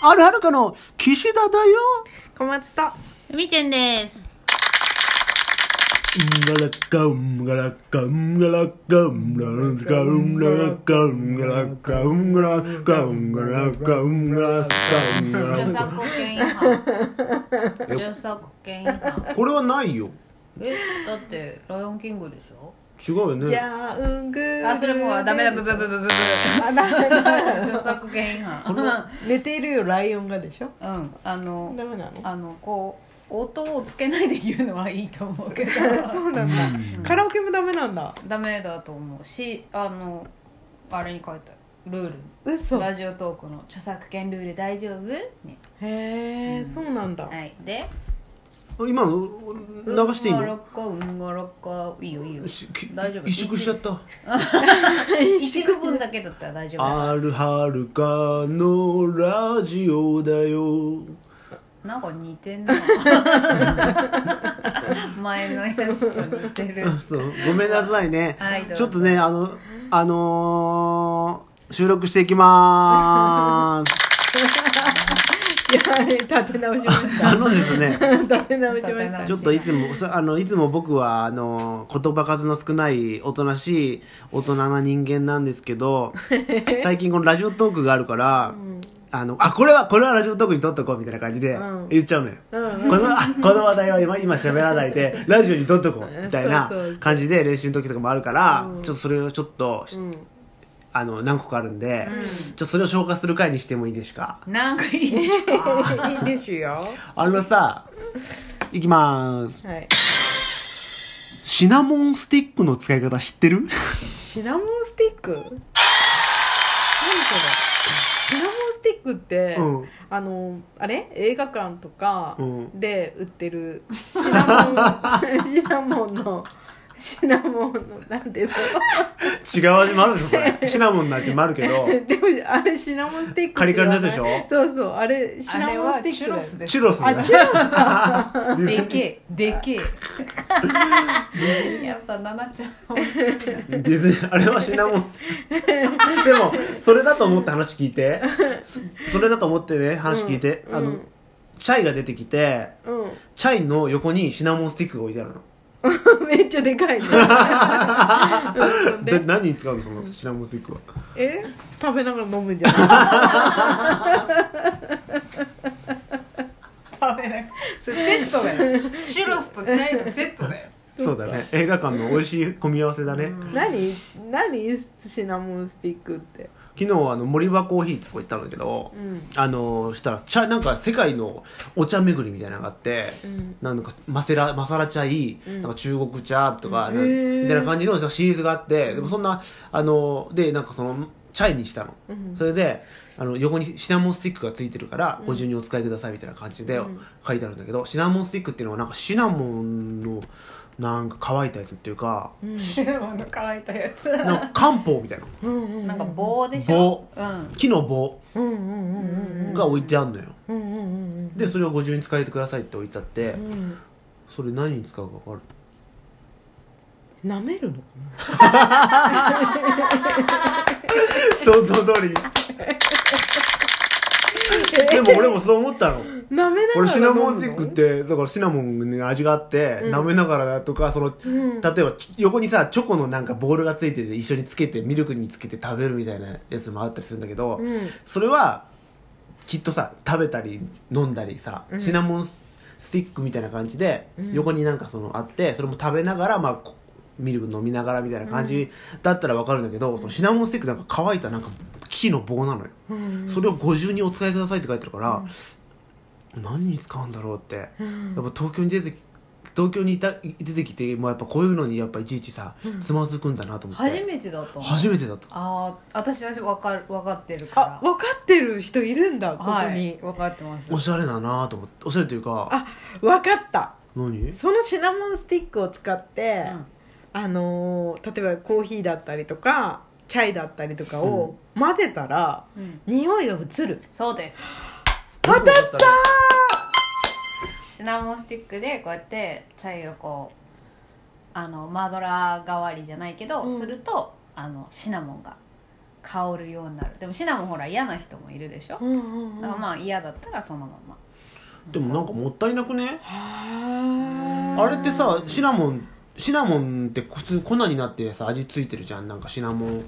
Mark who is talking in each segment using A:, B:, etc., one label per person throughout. A: あるはるかの岸田だよ。
B: 小松と
C: みちゅんです。
A: うんがらかうんがらかうんがらかうんがらかうんがらかうんがらかうんがらかうんがらかうんがらかうんがら
C: 著
A: か
C: 作権違反。著作権違反。
A: これはないよ。
C: え、だって、ライオンキングでしょ
A: 違うよ
B: ジ
A: ね。
B: ャーングー
C: あ、それもうダメだ、ブブブブブブ。
B: あダメだ
C: 著作権違反。
B: 寝ているよライオンがでしょ
C: うん、あの、
B: ダメなの
C: あの、こう、音をつけないで言うのはいいと思うけど。
B: そうなんだカラオケもダメなんだ
C: ダメだと思うし、あの、あれに書いてある。ルー
B: 嘘
C: ル。
B: へ
C: ラジオトークの著作権ルール大丈夫ね。
B: えそうなんだ
C: はい。で、
A: 今の流していい
C: うんごろ
A: の
C: っこ、うんごろっこ、いいよいいよ。
A: しき
C: 大丈夫
A: 萎縮しちゃった。
C: 一部分だけだったら大丈夫。
A: あるはるかのラジオだよ。
C: なんか似てんな前のやつと似てる
A: そう、ごめんなさいね
C: はいどう。ぞ
A: ちょっとね、あの、あのー、収録していきまーす。
B: いや立て直しまし
A: あのですね。
B: た立て直しまし
C: 立て直
B: た
C: し
A: ちょっといつもさあのいつも僕はあの言葉数の少ないおとなしい大人な人間なんですけ ど最近このラジオトークがあるから、あのあこれはこれはラジオトークに撮っとこうみたいな感じで
B: うん
A: 言っちゃうのよ、
B: うん
A: このあこの話題は今今喋らないでラジオに撮っとこうみたいな
B: そうそうそう
A: 感じで練習の時とかもあるから、
B: うん
A: ちょっとそれをちょっと、
B: うん
A: あの何個かあるんで、
C: うん
A: ちょっとそれを消化する回にしてもいいですか
C: なんかいいでしょ
B: いいですよ
A: あの さいきまーす
B: はい
A: シナモンスティックの使い方知ってる
B: シナモンスティック何それシナモンスティックって、
A: うん
B: あのあれ映画館とか
A: うん
B: で売ってるシナモン シナモンのシナモンのなんてい
A: 違
B: う
A: う味もあるでしょそ れシナモンの味もあるけど
B: の でもあれシナモンスティック
A: カリカリのやつでし
B: ょ
A: ょ
B: そうそうあれシ
C: あ
B: ナ
C: れ
B: モン
C: は
B: ステ
C: チ
B: ィック
C: ュロス
B: で
C: で
A: チ
C: す
A: ュロスね
B: あチュロス
C: でけえでけえやっぱななちゃん面白いな
A: ディズニーあれはシナモンスティックでもそれだと思って話聞いてそそれだと思ってね話聞いて、
B: うん
A: あの、
B: うん
A: チャイが出てきて
B: う
A: チャイの横にシナモンスティックが置いてあるの
B: ん めっちゃでか いねうん
A: で
B: で
A: 何に使うのそのシナモンスティックは
B: え食べながら飲むんじゃ ない
C: 食べないそれセットだよチュロスとチャイのセットだよ
A: そうだね映画館の美味しい組み合わせだね、
C: うん
B: 何何シナモンスティックって
A: 昨日あの森場コーヒーってとこ行ったんだけど、
B: うん
A: あのしたらチャイなんか世界のお茶巡りみたいなのがあって、
B: うん
A: なんかマセラマサラチャイ、
B: うん
A: なんか中国茶とか、
B: へ
A: な
B: ー
A: みたいな感じのなんかシリーズがあって、でもそんなあのでなんかそのチャイにしたの、
B: うん
A: それであの横にシナモンスティックがついてるから、ご自由にお使いくださいみたいな感じで
B: うん
A: 書いてあるんだけど、シナモンスティックっていうのはなんかシナモンのなんか乾いたやつっていうか
B: うん
C: チュロスの乾いたやつ
A: なんか漢方みたいな
B: うんうん
C: なんか棒でしょうん
A: 木の棒
B: うんうんうんうんうん
A: が置いてあるのよ、
B: うんうんうん
A: でそれをご自由に使えてくださいって置いてあって、
B: うん
A: それ何に使うか分かる
B: 舐めるのか
A: 想像 通りでも俺もそう思 ったの
B: な舐めながら
A: 俺シナモンスティックってだからシナモンに味があって、
B: うん
A: 舐めながらとかその
B: 飲むの
A: 例えばちょ横にさチョコのなんかボールがついてて一緒につけてミルクにつけて食べるみたいなやつもあったりするんだけど、
B: うんうん
A: それはきっとさ食べたり飲んだりさ、
B: うん
A: シナモンスティックみたいな感じで、
B: うん
A: 横になんかそのあってそれも食べながらまあこミルク飲みながらみたいな感じだったらわかるんだけど、そのシナモンスティックなんか乾いたなんか木の棒なのよ、
B: うん
A: それをご自由にお使いくださいって書いてあるから、何に使うんだろうって、やっぱ東京に出てき東京にいた出てきてもうやっぱこういうのにやっぱいちいちさ、つまずくんだなと思って
C: 初めてだと思う
A: 初めてだった
C: ああ私は分かる分かってる
B: あ
C: か
B: 分かってる人いるんだ
C: ら
B: ここ
C: はい
B: に
C: 分かってます
A: おしゃれだなと思っておしゃれというか
B: あ分かった
A: 何
B: そのシナモンスティックを使って
C: うん
B: あのー例えばコーヒーだったりとかチャイだったりとかを混ぜたら
C: うん
B: 匂いが移る
C: そうです
A: 当たった
C: シナモンスティックでこうやってチャイをこうあのマドラー代わりじゃないけど、
B: うん
C: するとあのシナモンが香るようになるでもシナモンほら嫌な人もいるでしょ
B: うんうんうん
C: だからまあ嫌だったらそのまま
A: でもなんかもったいなくね
B: はー
A: あれってさシナモンシナモンって普通粉になってさ味ついてるじゃんなんかシナモン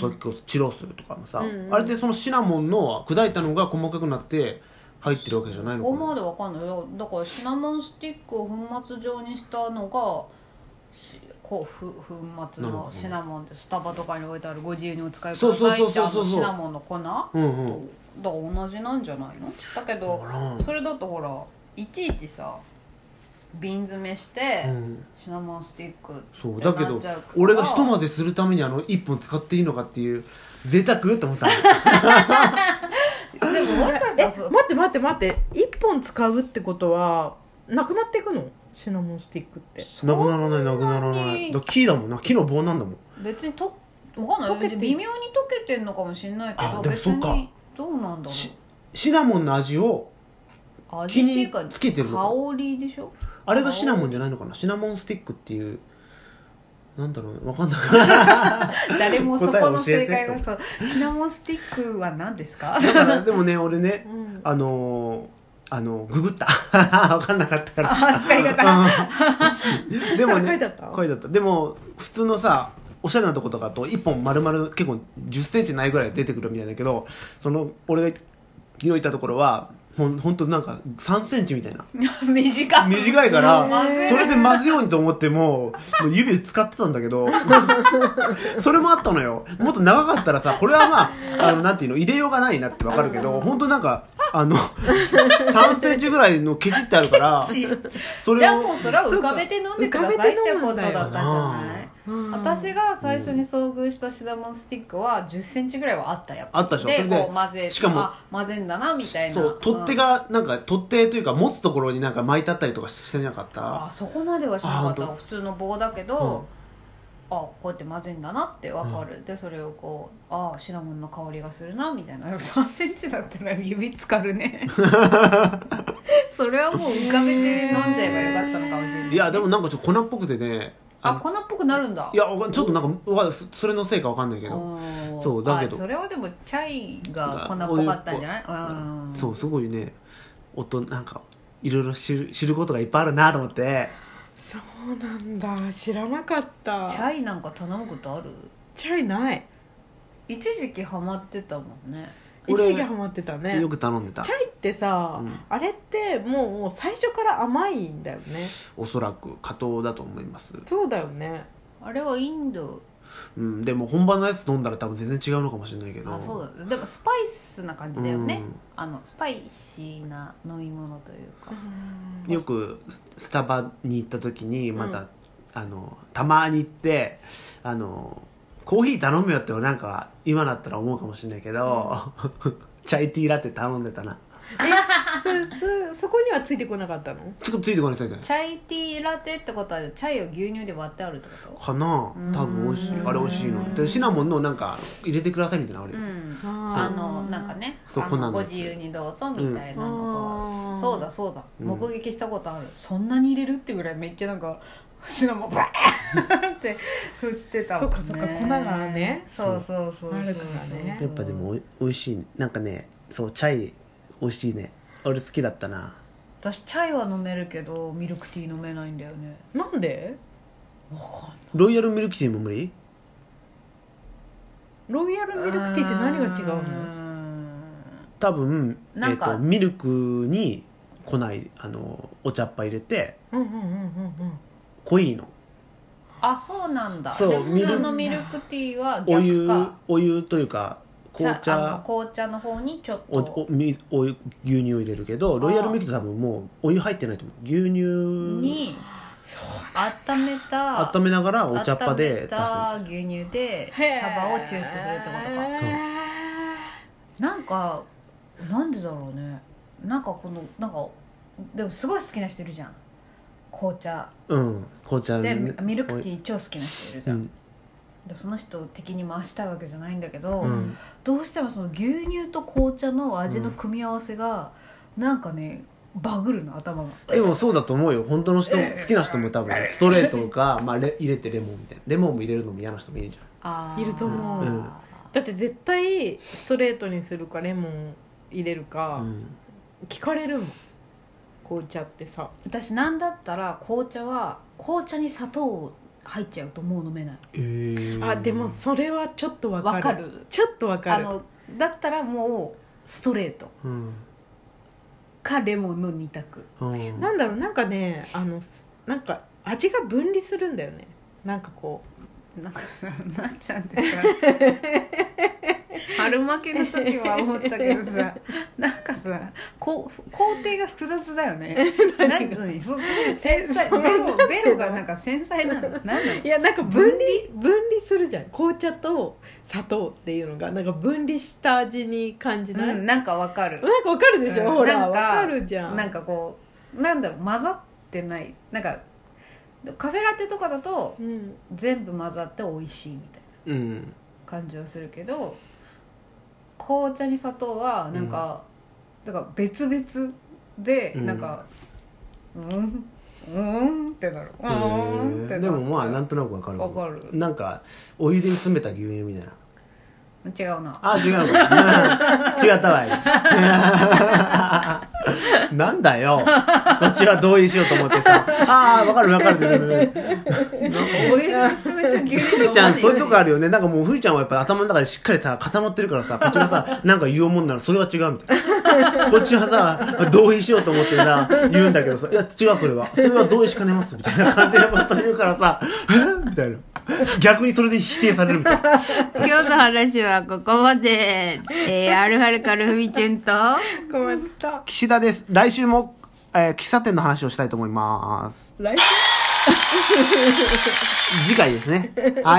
A: それこそチローするとかもさ、
B: うんうん
A: あれってそのシナモンの砕いたのが細かくなって入ってるわけじゃないの
C: ここ
A: か
C: ま
A: な
C: でわかんないよだからシナモンスティックを粉末状にしたのがしこうふ粉末
A: なる
C: の
A: ほど
C: シナモンってスタバとかに置いてあるご自由にお使いく
A: そう
C: だ
A: そう
C: さい
A: そう
C: って
A: そ
C: あ
A: うそう
C: のシナモンの粉、だか
A: うんうん
C: ら同じなんじゃないのだけど
A: あ
C: それだとほらいちいちさ瓶詰めして、
A: らうん
C: シナモンスティックって
A: そうだけ
C: な
A: ど
C: っちゃうから
A: 俺がひと混ぜするためにあの1本使っていいのかっていう贅沢と思った
C: でももしかした
B: え
C: らそう
B: 待って待って待って一本使うってことはなくなっていくのシナモンスティックって
A: なくならないなくならないだから木だもんな木の棒なんだもん
C: 別にとわかんない
B: 溶けて
C: 微妙に溶けてんのかもしれないけ
A: あ
C: ど
A: でも
C: 別
A: そっか
C: にどうなんだろ
A: しシナモンの味を
C: う
A: 気
C: 味ってい
A: に
C: うか
A: つけてるのか
C: 香りでしょ
A: あれがシナモンじゃないのかなシナモンスティックっていうなんだろうねわかんない
C: 誰もそこの正解
A: 答え
C: がそうシナモンスティックは何ですか
A: だからでもね俺ね
B: うん
A: あのー、あのググったわかんなかったから
B: あ使い 方
A: うんでも
B: 書い
A: ね
B: てあった
A: 書いてあったでも普通のさおしゃれなとことかだと1本丸々結構1 0ンチないぐらい出てくるみたいだけどその俺が昨日行ったところはほんほんとなんか3センチみたいな
C: 短い
A: 短いか
B: へ
A: ら
B: ー
A: それで混ぜようにと思ってももう指使ってたんだけど それもあったのよもっと長かったらさこれはまああのなんていうの入れようがないなってわかるけど本当なんかあの3センチぐらいのケチってあるから
C: し
A: そ
C: じ
A: れ
C: ゃあ
A: を
C: もうそれは浮かべて飲んでくださいってことだったじゃない私が最初に遭遇したシナモンスティックは1 0ンチぐらいはあったやっぱり
A: あったでしょそ
C: で
A: れで
C: こう混ぜ
A: しかも
C: あ混ぜんだなみたいな
A: そう取っ手
C: うん
A: がなんか取っ手というか持つところになんか巻いてあったりとかしてなかった
C: あそこまではしなかった
A: あ本
C: 普通の棒だけど、あこうやって混ぜんだなってわかる、でそれをこうあシナモンの香りがするなみたいな3セ ンチだったら指つかる ねそれはもう浮かべて飲んじゃえばよかったのかもしれない
A: いやでもなんかちょっと粉っぽくてね
C: あ
A: の
C: 粉っぽくなるんだ
A: いやわかんちょっとなんかわそれのせいかわかんないけど
C: ん
A: そうだけど
C: あそれはでもチャイが粉っぽかったんじゃないうん
A: そうすごいね音なんかいろいろ知る知ることがいっぱいあるなと思って
B: そうなんだ知らなかった
C: チャイなんか頼むことある
B: チャイない
C: 一時期ハマってたもんね
B: 一
A: 俺
B: 時期ハマってたね
A: よく頼んでた
B: チャイってさ、
A: うん
B: あれってもう最初から甘いんだよね
A: おそらく加糖だと思います、
B: そうだよね
C: あれはインド
A: うん、でも本場のやつ飲んだら多分全然違うのかもしれないけど
C: あそうだねでもスパイスな感じだよね、
A: うん
C: あのスパイシーな飲み物というか
A: よくスタバに行った時にまた、あのたまに行ってあのコーヒー頼むよってなんか今だったら思うかもしれないけど、チャイティーラテ頼んでたな
B: そそそこにはついてこなかったの
A: つくついてこないついてこない
C: チャイティーラテってことはチャイを牛乳で割ってあるってこ
A: かな多分美味しい
C: うん
A: あれ美味しいのにでシナモンのなんか入れてくださいみたいなのあ
C: と
A: れ、
C: うんあ
B: あ
C: の
B: ー
C: なんかね
A: そう
C: あ
A: 粉のや
C: の
A: つ
C: ご自由にどうぞみたいなのが、
B: あ
C: そうだそうだ、
A: うん
C: 目撃したことあるそんなに入れるってぐらいめっちゃなんかシナモンバーンって振ってたもんね
B: そっかそっか粉がね
C: そうそうそうそう
B: なるからね
A: やっぱでもおい美味しいなんかねそうチャイ美味しいね俺好きだったな
C: 私チャイは飲めるけどミルクティー飲めないんだよね
B: なんで
C: わかんない
A: ロイヤルミルクティーも無理
B: ロイヤルミルクティーって何が違う
C: う
B: の
A: 多分
C: なんか
A: えー、とミルクに粉いあのお茶っ葉入れて
B: うんうんうんうんうん
A: 濃いの
C: あそうなんだ
A: そう
C: で普通のミルクティーは
A: お湯
C: 逆か
A: お湯というか紅
C: ちゃあの
A: 茶
C: 紅茶の方にちょっ
A: おお
C: と
A: みお湯牛乳を入れるけどロイヤルミルクって多分もうお湯入ってないと思う牛乳
C: に
B: そう
C: 温めた
A: 温めながらお茶っ葉で
C: 温め
A: 出す
C: た牛乳で茶葉を抽出するってことか
A: そう
C: なんかなんでだろうねなんかこのなんかでもすごい好きな人いるじゃん紅茶
A: うん紅茶
C: でミルク
A: ィ
C: テ
A: ー
C: ィー超好きな人いるじ
A: う
C: ゃん、
A: ん、
C: でその人を敵に回したいわけじゃないんだけど、
A: うん、
C: どうしてもその牛乳と紅茶の味の組み合わせが、なんかねバグるの頭が
A: でもそうだと思うよ本当の人
C: ええ
A: 好きな人も多分ストレートか、まあ、レ入れてレモンみたいなレモンも入れるのも嫌な人もいるじゃん
C: あ
B: ーいると思
A: ううん
B: だって絶対ストレートにするかレモン入れる
A: う
B: か
A: ん
B: 聞かれるもん紅茶ってさ
C: 私なんだったら紅茶は紅茶に砂糖入っちゃうともう飲めない
A: えー
B: あでもそれはちょっとわかる
C: わかる
B: ちょっとわか
C: あ
B: る
C: のだったらもうストレート
A: うん
C: かレモンの2択
A: うん
B: なんだろうなんかねあのすなんか味が分離するんだよねなんかこ
C: なんかなっちゃんって さ春巻きの時は思ったけどさなんかさこう工程が複雑だよね何何そそれ繊 細
B: それ
C: ベロ
B: なん
C: ベロがなんか繊細なの何なの
B: ういやなんか分離分離するじゃん紅茶と砂糖っていうのがなんか分離した味に感じない、
C: うん、なんかわかる
B: なんかわかるでしょ、
C: うん
B: ほら
C: なん
B: わ
C: か
B: かるじゃん
C: なんかこうなんだろう混ざってないなんかカフェラテとかだと
B: うん、
C: 全部混ざって美味しいみたいな
A: うん
C: 感じはするけど紅茶に砂糖はなんか、だから別々で
A: うん
C: なんかうんうんってなるう
A: へ
C: んって
A: ー
C: なる
A: でもまあなんとなくわかる
C: わかる
A: なんかお湯で薄めた牛乳みたいな
C: 違うな
A: あ違うの違ったわい なんだよこっちは同意しようと思ってさああわかるわかるって
C: お湯で進めた牛乳
A: ふいちゃんそういうとこあ
C: る
A: るよねなんかもうふいちゃんはやっぱ頭の中でしっかりさ固まってるからさこっちがさなんか言おうもんならそれは違うみたいなこっちはさ同意しようと思ってさ言うんだけどさ「いや違うそれはそれは同意しかねます」みたいな感じのこと言うからさ「えみたいな逆にそれで否定されるみたいな
D: 今日の話はここまで。えー、あるはるかるふみちゅんと、
B: 困った
A: 岸田です来週も、えー喫茶店の話をしたいと思います
B: 来週
A: 次回ですねはい